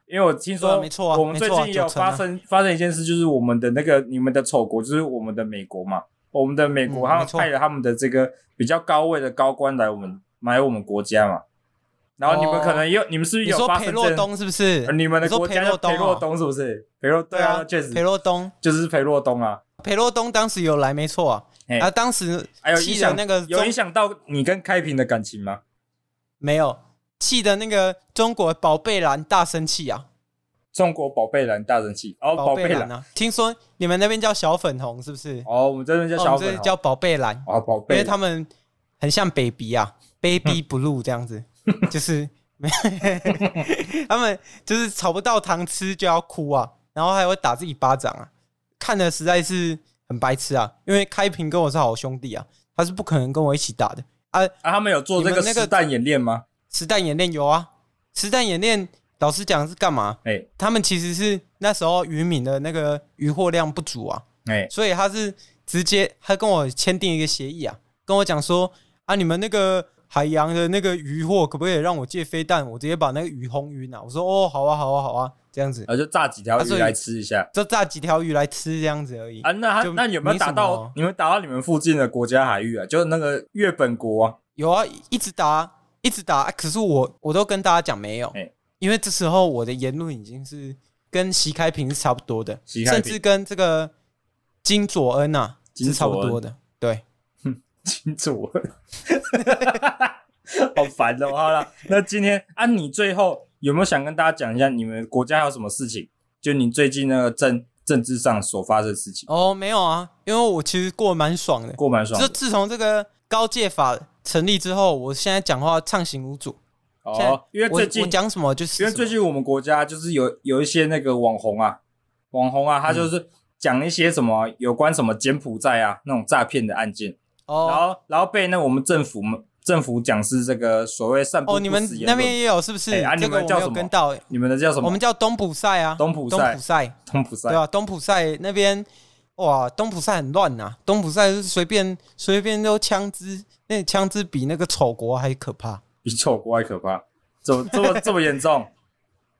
Speaker 2: 因为我听说，
Speaker 3: 对啊没错啊
Speaker 2: 我们最近
Speaker 3: 没
Speaker 2: 也
Speaker 3: 错啊
Speaker 2: 有
Speaker 3: 九成啊
Speaker 2: 发生、发生一件事，就是我们的那个你们的丑国，就是我们的美国嘛，我们的美国，
Speaker 3: 嗯
Speaker 2: 他
Speaker 3: 没
Speaker 2: 们
Speaker 3: 错
Speaker 2: 派了他们的这个比较高位的高官来我们来我们国家嘛。然后你们
Speaker 3: 哦
Speaker 2: 可能也有，你们是不是
Speaker 3: 你
Speaker 2: 有
Speaker 3: 说
Speaker 2: 发
Speaker 3: 裴
Speaker 2: 生
Speaker 3: 洛
Speaker 2: 这
Speaker 3: 东是不是
Speaker 2: 呃？你们的
Speaker 3: 你说
Speaker 2: 国家
Speaker 3: 裴
Speaker 2: 叫
Speaker 3: 洛东
Speaker 2: 裴洛
Speaker 3: 哦
Speaker 2: 东是不是？裴洛对啊，确实
Speaker 3: 裴洛东，
Speaker 2: 就是裴洛东啊。
Speaker 3: 裴洛东当时有来没错啊，
Speaker 2: 哎
Speaker 3: 啊，当时
Speaker 2: 还有影
Speaker 3: 气的
Speaker 2: 响
Speaker 3: 那个
Speaker 2: 有
Speaker 3: 中
Speaker 2: 影响到你跟开平的感情吗？
Speaker 3: 没有气的那个中国宝贝蓝大生气啊，
Speaker 2: 中国宝贝蓝大人气哦，宝
Speaker 3: 贝
Speaker 2: 贝蓝
Speaker 3: 啊！听说你们那边叫小粉红是不是？
Speaker 2: 哦，我们这边叫
Speaker 3: 哦我
Speaker 2: 小
Speaker 3: 们这
Speaker 2: 粉
Speaker 3: 里
Speaker 2: 红，
Speaker 3: 叫宝贝蓝，
Speaker 2: 哦，宝
Speaker 3: 因
Speaker 2: 贝
Speaker 3: 为
Speaker 2: 蓝，
Speaker 3: 他们很像
Speaker 2: <laughs>
Speaker 3: baby 啊，baby blue 这样子，就是 <laughs> 没他们就是找不到糖吃就要哭啊，然后还会打自己巴掌啊，看的实在是很白痴啊！因为开平跟我是好兄弟啊，他是不可能跟我一起打的啊。
Speaker 2: 啊，他们有做这
Speaker 3: 你
Speaker 2: 个
Speaker 3: 们那个
Speaker 2: 实弹演练吗？
Speaker 3: 实弹演练有啊，实弹演练老师讲是干嘛？
Speaker 2: 哎
Speaker 3: 他们其实是那时候渔民的那个渔获量不足啊，
Speaker 2: 哎
Speaker 3: 所以他是直接他跟我签订一个协议啊，跟我讲说啊，你们那个海洋的那个渔获可不可以让我借飞弹，我直接把那个鱼轰晕啊？我说哦，好啊，好啊，好啊，这样子，
Speaker 2: 啊，就炸几条
Speaker 3: 啊
Speaker 2: 鱼
Speaker 3: 所以
Speaker 2: 来吃一下
Speaker 3: 就炸几条鱼来吃这样子而已。
Speaker 2: 啊。那他
Speaker 3: 就
Speaker 2: 那你有没有
Speaker 3: 没
Speaker 2: 打
Speaker 3: 什么
Speaker 2: 到
Speaker 3: 哦
Speaker 2: 你们打到你们附近的国家海域啊？就是那个日本国啊，
Speaker 3: 有啊，一直打，一直打，啊可是我我都跟大家讲没有，
Speaker 2: 哎
Speaker 3: 因为这时候我的言论已经是跟席开平是差不多的，
Speaker 2: 席开
Speaker 3: 甚
Speaker 2: 平
Speaker 3: 至跟这个金佐恩啊
Speaker 2: 金
Speaker 3: 是差不
Speaker 2: 佐恩
Speaker 3: 多的，对。
Speaker 2: 清楚。 <laughs> 好烦哦！好了，那今天啊，你最后有没有想跟大家讲一下你们国家还有什么事情？就你最近那个政政治上所发生的事情，
Speaker 3: 哦，没有啊，因为我其实过得蛮爽的。
Speaker 2: 过蛮爽
Speaker 3: 就
Speaker 2: 的。
Speaker 3: 自从这个高戒法成立之后，我现在讲话畅行无阻。现在
Speaker 2: 哦，因为
Speaker 3: 我
Speaker 2: 最近
Speaker 3: 我讲什么就是什
Speaker 2: 因
Speaker 3: 么
Speaker 2: 为最近我们国家就是有有一些那个网红啊，网红
Speaker 3: 嗯
Speaker 2: 啊，他就是讲一些什么有关什么柬埔寨啊那种诈骗的案件，然
Speaker 3: 哦
Speaker 2: 后然后被那我们政府政府讲是这个所谓散布
Speaker 3: 哦，你们
Speaker 2: 不实言
Speaker 3: 那
Speaker 2: 论
Speaker 3: 边也有是不是？
Speaker 2: 哎啊
Speaker 3: 这个
Speaker 2: 你们
Speaker 3: 我
Speaker 2: 叫
Speaker 3: 没
Speaker 2: 什
Speaker 3: 有
Speaker 2: 么
Speaker 3: 跟到，
Speaker 2: 你们的叫什么？
Speaker 3: 我们叫东浦赛啊，
Speaker 2: 东浦赛
Speaker 3: 东浦赛
Speaker 2: 东普
Speaker 3: 对啊
Speaker 2: 塞
Speaker 3: 吧、东浦赛那边哇，东浦赛很乱呐、啊东浦赛就是随便随便都枪支，那枪支比那个丑国还可怕。
Speaker 2: 比丑国还可怕，怎么这么这么严重？ <laughs>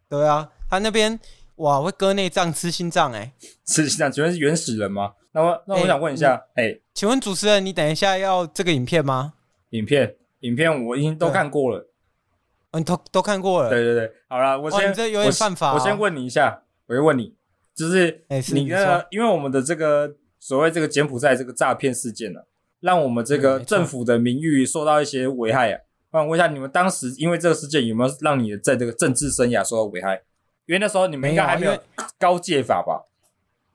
Speaker 3: 对啊，他那边哇会割内脏吃心脏哎、
Speaker 2: 是这样，请问是原始人吗？那我那我
Speaker 3: 哎
Speaker 2: 想问一下，哎、
Speaker 3: 请问主持人，你等一下要这个影片吗？
Speaker 2: 影片影片我已经都
Speaker 3: 对
Speaker 2: 看过了，
Speaker 3: 哦，你都都看过了。
Speaker 2: 对对对，好啦，我
Speaker 3: 哇
Speaker 2: 先
Speaker 3: 你这有点
Speaker 2: 我先
Speaker 3: 犯法哦
Speaker 2: 我先问你一下，我先问你，就是
Speaker 3: 哎是
Speaker 2: 你
Speaker 3: 你
Speaker 2: 那
Speaker 3: 说
Speaker 2: 个，因为我们的这个所谓这个柬埔寨这个诈骗事件呢、啊让我们这
Speaker 3: 嗯
Speaker 2: 个
Speaker 3: 没错
Speaker 2: 政府的名誉受到一些危害啊。我想问一下，你们当时因为这个事件有没有让你的在这个政治生涯受到危害？因为那时候你们应该还没
Speaker 3: 没
Speaker 2: 有
Speaker 3: 有啊
Speaker 2: 高戒法吧？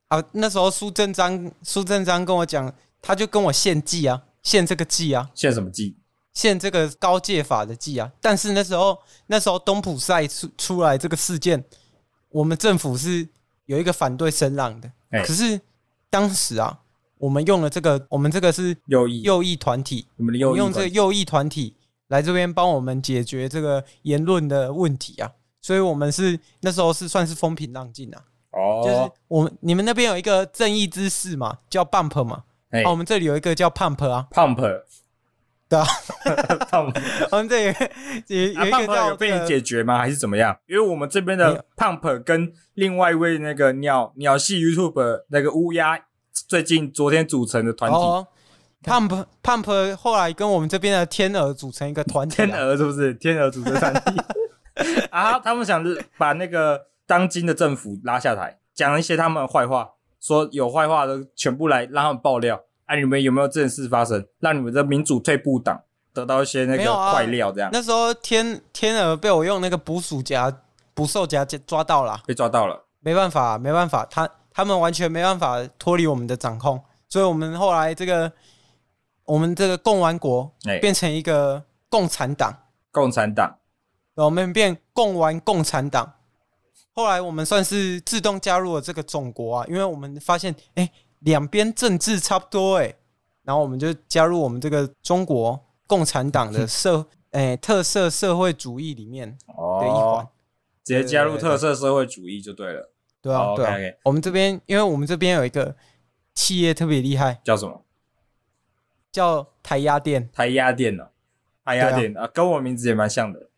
Speaker 3: 啊，那时候苏正章，苏正章跟我讲，他就跟我献计啊，限这个季啊，
Speaker 2: 现在什么季？
Speaker 3: 限这个高戒法的季啊。但是那时候那时候东普赛出出来这个事件，我们政府是有一个反对声浪的。
Speaker 2: 哎
Speaker 3: 可是当时啊，我们用了这个，我们这个是
Speaker 2: 右翼，
Speaker 3: 右翼团体，
Speaker 2: 你们的
Speaker 3: 我
Speaker 2: 右翼
Speaker 3: 们用
Speaker 2: 吧
Speaker 3: 这个右翼团体来这边帮我们解决这个言论的问题啊。所以我们是那时候是算是风平浪静啊，就是
Speaker 2: 哦，
Speaker 3: 我们你们那边有一个正义之士嘛，叫 Bump 嘛，
Speaker 2: 哎
Speaker 3: 啊，我们这里有一个叫 Pump 啊，
Speaker 2: ，pump，
Speaker 3: 对啊
Speaker 2: <laughs> ，pump，
Speaker 3: 我们这里有一个有
Speaker 2: 啊
Speaker 3: 有
Speaker 2: ，pump
Speaker 3: 一个叫
Speaker 2: 有被
Speaker 3: 这
Speaker 2: 你
Speaker 3: 个
Speaker 2: 解决吗？还是怎么样？因为我们这边
Speaker 3: 没
Speaker 2: 的
Speaker 3: 有
Speaker 2: pump 跟另外一位那个鸟鸟系 YouTube 那个乌鸦，最近昨天组成的团体，
Speaker 3: 哦，Pump Pump 后来跟我们这边的天鹅组成一个团体啊、
Speaker 2: 天鹅是不是？天鹅组成团体 <laughs> 啊，他们想是把那个当今的政府拉下台，讲一些他们的坏话，说有坏话的全部来让他们爆料。啊，你们有没有这件事发生？让你们的民主退步党得到一些那
Speaker 3: 没有
Speaker 2: 个
Speaker 3: 啊
Speaker 2: 坏料，这样
Speaker 3: 那时候天天鹅被我用那个捕鼠夹、捕兽夹抓到了啊、
Speaker 2: 被抓到了。
Speaker 3: 没办法，没办法，他他们完全没办法脱离我们的掌控，所以我们后来这个我们这个共玩国
Speaker 2: 哎，
Speaker 3: 变成一个共产党，
Speaker 2: 共产党
Speaker 3: 然后我们变共玩共产党。后来我们算是自动加入了这个总国啊，因为我们发现，哎、两边政治差不多、哎，然后我们就加入我们这个中国共产
Speaker 2: <laughs>
Speaker 3: 党的社，哎、特色社会主义里面的一环。
Speaker 2: 哦，直接加入特色社会主义就对了。
Speaker 3: 对啊，
Speaker 2: 哦
Speaker 3: 对啊
Speaker 2: OK，OK
Speaker 3: 我们这边因为我们这边有一个企业特别厉害，
Speaker 2: 叫什么？
Speaker 3: 叫台压店，
Speaker 2: 台压店哦，台压店啊跟我名字也蛮像
Speaker 3: <laughs>
Speaker 2: 的。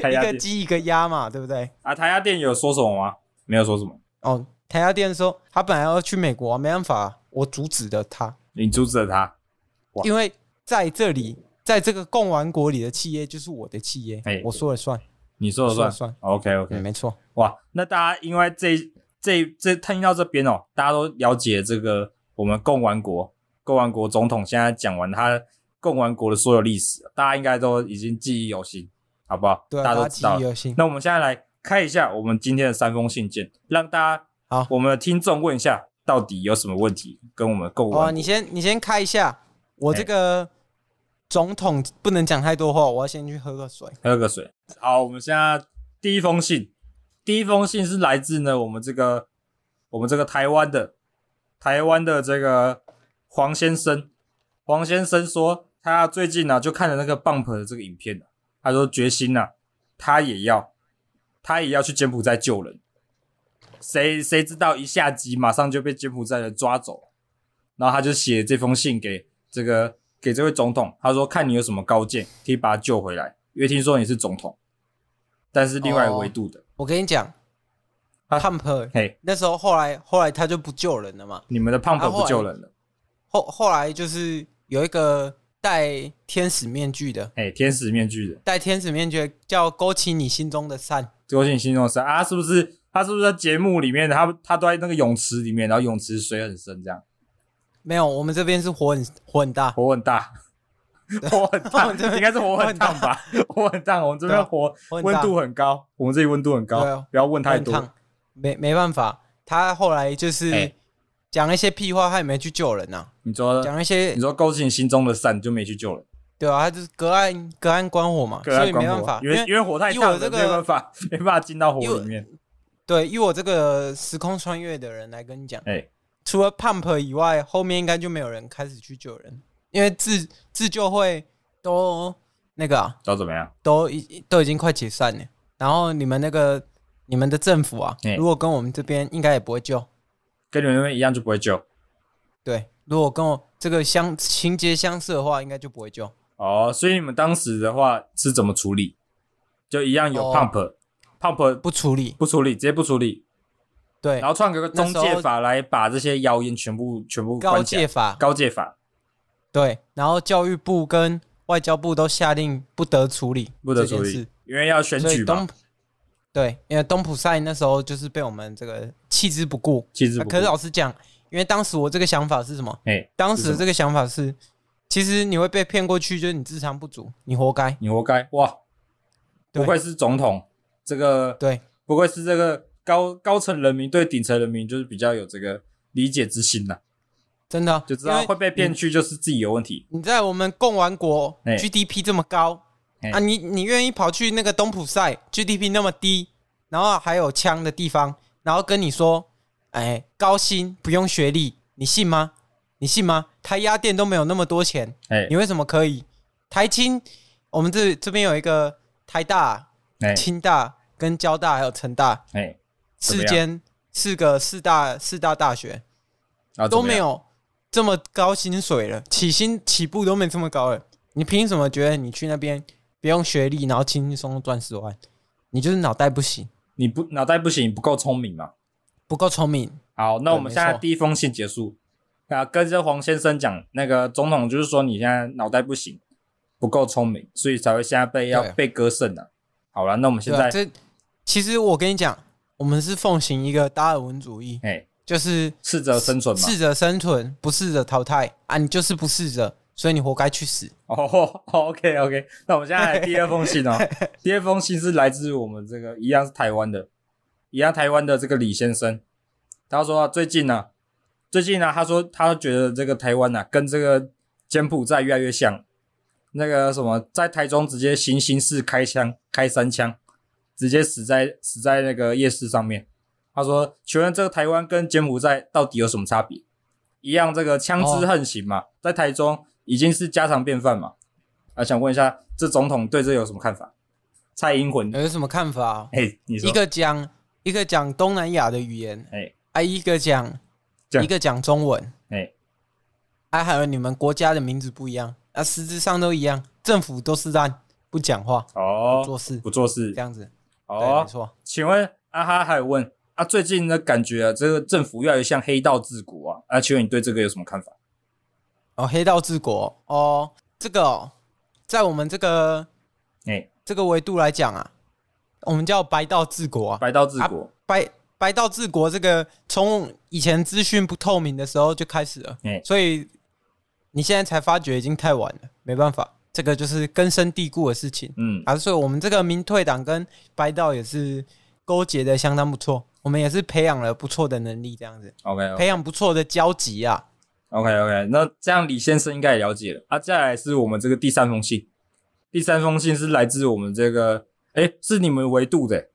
Speaker 2: 台
Speaker 3: 一
Speaker 2: 压
Speaker 3: 个
Speaker 2: 店
Speaker 3: 鸡一个鸭嘛，对不对？
Speaker 2: 啊，台压店有说什么吗？没有说什么，
Speaker 3: 哦，台压店说他本来要去美国啊、没办法啊、我阻止了他，
Speaker 2: 你阻止了他。哇
Speaker 3: 因为在这里，在这个共玩国里的企业就是我的企业，
Speaker 2: 哎
Speaker 3: 我说了算，
Speaker 2: 你说了算。
Speaker 3: 说了算
Speaker 2: OK
Speaker 3: 嗯，
Speaker 2: OK，
Speaker 3: 没错，
Speaker 2: 哇，那大家因为这这这听到这边哦，大家都了解这个我们共玩国共玩国总统现在讲完他共玩国的所有历史，大家应该都已经记忆犹新，好不好？
Speaker 3: 对啊，
Speaker 2: 大家
Speaker 3: 大
Speaker 2: 都
Speaker 3: 家
Speaker 2: 知
Speaker 3: 记
Speaker 2: 道了
Speaker 3: 忆。犹新。
Speaker 2: 那我们现在来看一下我们今天的三封信件，让大家
Speaker 3: 好
Speaker 2: 我们的听众问一下，到底有什么问题跟我们购物
Speaker 3: 哦，
Speaker 2: 完
Speaker 3: 你先你先开一下，我这
Speaker 2: 哎
Speaker 3: 个总统不能讲太多话，我要先去喝个水。
Speaker 2: 喝个水。好，我们现在第一封信，第一封信是来自呢我们这个我们这个台湾的台湾的这个黄先生，黄先生说他最近啊呢、就看了那个 Bump 的这个影片、啊、他说决心呐、啊他也要他也要去柬埔寨救人。谁谁知道一下机马上就被柬埔寨人抓走，然后他就写这封信给这个给这位总统，他说看你有什么高见，可以把他救回来，因为听说你是总统，但是另外一个维度的，
Speaker 3: 我跟你讲，
Speaker 2: 啊
Speaker 3: 汉普
Speaker 2: 嘿，
Speaker 3: 那时候后来后来他就不救人了嘛，
Speaker 2: 你们的胖
Speaker 3: 啊
Speaker 2: 胖
Speaker 3: 后来
Speaker 2: 不救人了，
Speaker 3: 后后来就是有一个戴天使面具的，
Speaker 2: 哎，天使面具的，
Speaker 3: 戴天使面具叫勾起你心中的善，
Speaker 2: 勾起你心中的伤啊，是不是？他是不是在节目里面，他他都在那个泳池里面，然后泳池水很深，这样
Speaker 3: 没有，我们这边是火很火很大，
Speaker 2: 火很大，火很
Speaker 3: 我
Speaker 2: 烫，
Speaker 3: 们这边
Speaker 2: 应该是火很烫吧？火很烫，我们这
Speaker 3: 对
Speaker 2: 边
Speaker 3: 啊
Speaker 2: 火
Speaker 3: 火很
Speaker 2: 温
Speaker 3: 大
Speaker 2: 度很高，我们这里温度很
Speaker 3: 对
Speaker 2: 高
Speaker 3: 啊，
Speaker 2: 不要问太
Speaker 3: 很
Speaker 2: 多。
Speaker 3: 烫，没没办法，他后来就是
Speaker 2: 哎呃
Speaker 3: 讲一些屁话，他也没去救人呐、
Speaker 2: 你说
Speaker 3: 啊，讲一些
Speaker 2: 你说勾起你心中的善，你就没去救人，
Speaker 3: 对啊，他就是隔岸隔岸观火嘛，
Speaker 2: 隔岸
Speaker 3: 所以
Speaker 2: 观
Speaker 3: 没办
Speaker 2: 火
Speaker 3: 法，
Speaker 2: 因为因为火太
Speaker 3: 以
Speaker 2: 烫
Speaker 3: 我
Speaker 2: 了，
Speaker 3: 这
Speaker 2: 没
Speaker 3: 个
Speaker 2: 办法，没办法进到火
Speaker 3: 以我
Speaker 2: 里面。
Speaker 3: 对，以我这个时空穿越的人来跟你讲，
Speaker 2: 哎
Speaker 3: 除了 Pump 以外，后面应该就没有人开始去救人，因为自自救会都那个、啊、
Speaker 2: 都怎么样？
Speaker 3: 都已都已经快解散了。然后你们那个你们的政府啊
Speaker 2: 嗯，
Speaker 3: 如果跟我们这边应该也不会救，
Speaker 2: 跟你们那边一样就不会救
Speaker 3: 对，如果跟我这个相情节相似的话，应该就不会救。
Speaker 2: 哦。所以你们当时的话是怎么处理？就一样有
Speaker 3: 哦
Speaker 2: pump、pump
Speaker 3: 不处理，
Speaker 2: 不处理，直接不处理，
Speaker 3: 对
Speaker 2: 然，后创个中
Speaker 3: 那时
Speaker 2: 介
Speaker 3: 候
Speaker 2: 法来把这些谣言全部全部
Speaker 3: 告
Speaker 2: 关起
Speaker 3: 诫
Speaker 2: 来。
Speaker 3: 法，
Speaker 2: 高戒法
Speaker 3: 对，然后教育部跟外交部都下令不得处理
Speaker 2: 不得
Speaker 3: 这件
Speaker 2: 处
Speaker 3: 事
Speaker 2: 理，因为要选
Speaker 3: 所以
Speaker 2: 举嘛
Speaker 3: 东，对，因为东普赛那时候就是被我们这个弃之不顾。
Speaker 2: 其实
Speaker 3: 啊
Speaker 2: 不
Speaker 3: 可是老实讲，因为当时我这个想法是什么？
Speaker 2: 哎，
Speaker 3: 当
Speaker 2: 是什
Speaker 3: 时
Speaker 2: 么
Speaker 3: 这个想法是，其实你会被骗过去，就是你智商不足，你活该。
Speaker 2: 你活该哇！
Speaker 3: 对
Speaker 2: 不愧是总统，这个
Speaker 3: 对
Speaker 2: 不愧是这个高高层人民对顶层人民就是比较有这个理解之心呐、
Speaker 3: 真的
Speaker 2: 就知道
Speaker 3: 因
Speaker 2: 会
Speaker 3: 为
Speaker 2: 被骗去就是自己有问题。
Speaker 3: 你在我们共玩国
Speaker 2: 哎
Speaker 3: GDP 这么高
Speaker 2: 哎
Speaker 3: 啊，你你愿意跑去那个东普赛 GDP 那么低，然后还有枪的地方，然后跟你说，哎，高薪不用学历，你信吗？你信吗？台压店都没有那么多钱，
Speaker 2: 哎
Speaker 3: 你为什么可以？台青，我们这这边有一个台大、
Speaker 2: 哎
Speaker 3: 清大、跟交大还有成大
Speaker 2: 哎，怎么样
Speaker 3: 四间四个四大四大大学，
Speaker 2: 然后怎
Speaker 3: 都
Speaker 2: 么
Speaker 3: 没
Speaker 2: 样
Speaker 3: 有这么高薪水了，起薪起步都没这么高了，你凭什么觉得你去那边不用学历，然后轻轻松松赚十万？你就是脑袋不行，
Speaker 2: 你不脑袋不行，不够聪明嘛。
Speaker 3: 不够聪明。
Speaker 2: 好，那我
Speaker 3: 对
Speaker 2: 们
Speaker 3: 没
Speaker 2: 现在
Speaker 3: 错
Speaker 2: 第一封信结束。那跟着黄先生讲，那个总统就是说你现在脑袋不行，不够聪明，所以才会现在被要
Speaker 3: 对
Speaker 2: 被割肾了、好了，那我们现
Speaker 3: 对啊，
Speaker 2: 在
Speaker 3: 这其实我跟你讲，我们是奉行一个达尔文主义，
Speaker 2: 哎，
Speaker 3: 就是
Speaker 2: 适者生存嘛。
Speaker 3: 适者生存，不适者淘汰啊！你就是不适者，所以你活该去死。
Speaker 2: 哦，OK OK，那我们现在来第二封
Speaker 3: <laughs>
Speaker 2: 信哦。第二封信是来自我们这个一样是台湾的，一样台湾的这个李先生，他说、啊、最近呢、最近呢、他说他觉得这个台湾呢、啊跟这个柬埔寨越来越像，那个什么在台中直接行刑式开枪开三枪，直接死在死在那个夜市上面。他说，请问这个台湾跟柬埔寨到底有什么差别？一样这个枪支横行嘛，在台中已经是家常便饭嘛。啊，想问一下，这总统对这有什么看法？蔡英文，
Speaker 3: 有什么看法、
Speaker 2: 哎、你说
Speaker 3: 呃一个讲一个讲东南亚的语言，
Speaker 2: 哎、
Speaker 3: 啊，一个讲
Speaker 2: 讲
Speaker 3: 一个讲中文，
Speaker 2: 哎，
Speaker 3: 啊，还有你们国家的名字不一样，啊，实质上都一样，政府都是烂，不讲话，
Speaker 2: 哦，
Speaker 3: 做事
Speaker 2: 不做事
Speaker 3: 这，样子，对，
Speaker 2: 哦
Speaker 3: 没，错，
Speaker 2: 请问阿哈还有问啊，最近呢感觉啊，这个政府越来越像黑道治国啊，啊，请问你对这个有什么看法？
Speaker 3: 哦，黑道治国，哦，这个、哦、在我们这个
Speaker 2: 哎、
Speaker 3: 这个维度来讲啊，我们叫白道治国啊，
Speaker 2: 白道治国，
Speaker 3: 白白道治国这个从以前资讯不透明的时候就开始了，
Speaker 2: 哎
Speaker 3: 所以你现在才发觉已经太晚了，没办法，这个就是根深蒂固的事情。
Speaker 2: 嗯，
Speaker 3: 啊，所以我们这个民退党跟白道也是勾结的相当不错，我们也是培养了不错的能力，这样子
Speaker 2: OK OK
Speaker 3: 培养不错的交集啊。 <laughs>
Speaker 2: OK OK，那这样李先生应该也了解了啊。再来是我们这个第三封信，第三封信是来自我们这个，哎、是你们维度的、欸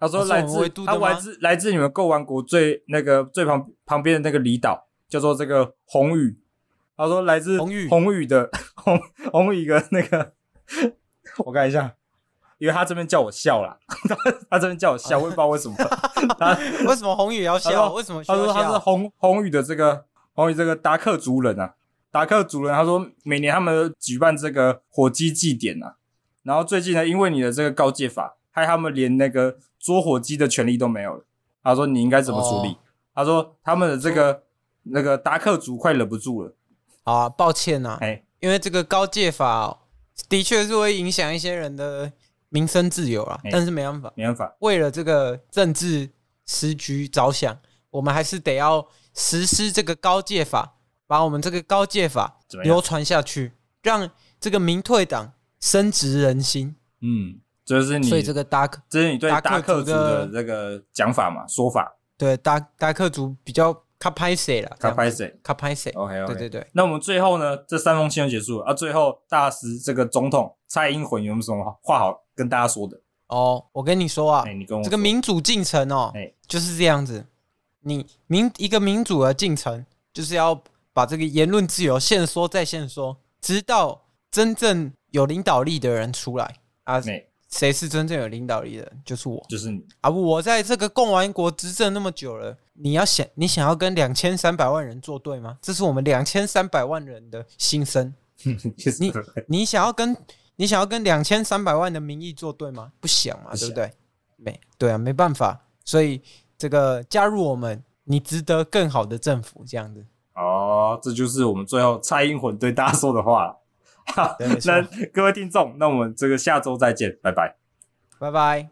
Speaker 2: 他说
Speaker 3: 哦是我
Speaker 2: 来
Speaker 3: 们
Speaker 2: 自
Speaker 3: 维度
Speaker 2: 他
Speaker 3: 的吗
Speaker 2: 来自来自你们购玩国最那个最旁旁边的那个离岛，叫做这个红屿。他说来自
Speaker 3: 红屿
Speaker 2: 红屿的红红屿的那个，我看一下，因为他这边叫我笑啦， <laughs> 他他这边叫我笑，我也不知道为什么。他
Speaker 3: 为什么宏宇要
Speaker 2: 他
Speaker 3: 笑？
Speaker 2: 说
Speaker 3: 为什么需
Speaker 2: 他
Speaker 3: 要
Speaker 2: 说他是
Speaker 3: 笑？
Speaker 2: 红红宇的这个红宇这个达克族人啊，达克族人，他说每年他们举办这个火鸡祭典啊，然后最近呢，因为你的这个告诫法，害他们连那个捉火鸡的权利都没有了。他说你应该怎么处理？
Speaker 3: 哦
Speaker 2: 他说他们的这个那个达克族快忍不住了，
Speaker 3: 好啊，抱歉啊，
Speaker 2: 哎
Speaker 3: 因为这个高戒法、哦、的确是会影响一些人的民生自由啊
Speaker 2: 哎，
Speaker 3: 但是没办法，
Speaker 2: 没办法，
Speaker 3: 为了这个政治时局着想，我们还是得要实施这个高戒法，把我们这个高戒法
Speaker 2: 怎么样
Speaker 3: 流传下去，让这个民退党深植人心。
Speaker 2: 嗯，这是你
Speaker 3: 所以这个达克
Speaker 2: 这是你对
Speaker 3: 达克
Speaker 2: 达克族
Speaker 3: 族的
Speaker 2: 的这个讲法嘛说法，
Speaker 3: 对达达克族比较卡拍谁了？
Speaker 2: 他拍谁
Speaker 3: 卡拍谁？
Speaker 2: ？OK OK，
Speaker 3: 对对对，
Speaker 2: 那我们最后呢，这三封信就结束了。啊，最后大师这个总统蔡英文有没有什么话好跟大家说的？
Speaker 3: 哦，我跟你说啊
Speaker 2: 哎、，你跟我
Speaker 3: 这个
Speaker 2: 说
Speaker 3: 民主进程哦
Speaker 2: 哎，
Speaker 3: 就是这样子。你民一个民主的进程，就是要把这个言论自由限缩再限缩，直到真正有领导力的人出来啊。
Speaker 2: 哎
Speaker 3: 谁是真正有领导力的人？就是我
Speaker 2: 就是你
Speaker 3: 啊！我在这个共和国执政那么久了，你要想你想要跟两千三百万人作对吗？这是我们两千三百万人的心声。
Speaker 2: 就是
Speaker 3: <laughs> 你你想要跟你想要跟两千三百万的民意作对吗？不想
Speaker 2: 不
Speaker 3: 嘛，对
Speaker 2: 想
Speaker 3: 不对？没对啊，没办法，所以这个加入我们，你值得更好的政府这样子。
Speaker 2: <laughs> 哦，这就是我们最后蔡英文对大家说的话。好
Speaker 3: 对没，错
Speaker 2: <laughs> 那各位听众，那我们这个下周再见，拜拜。
Speaker 3: 拜拜。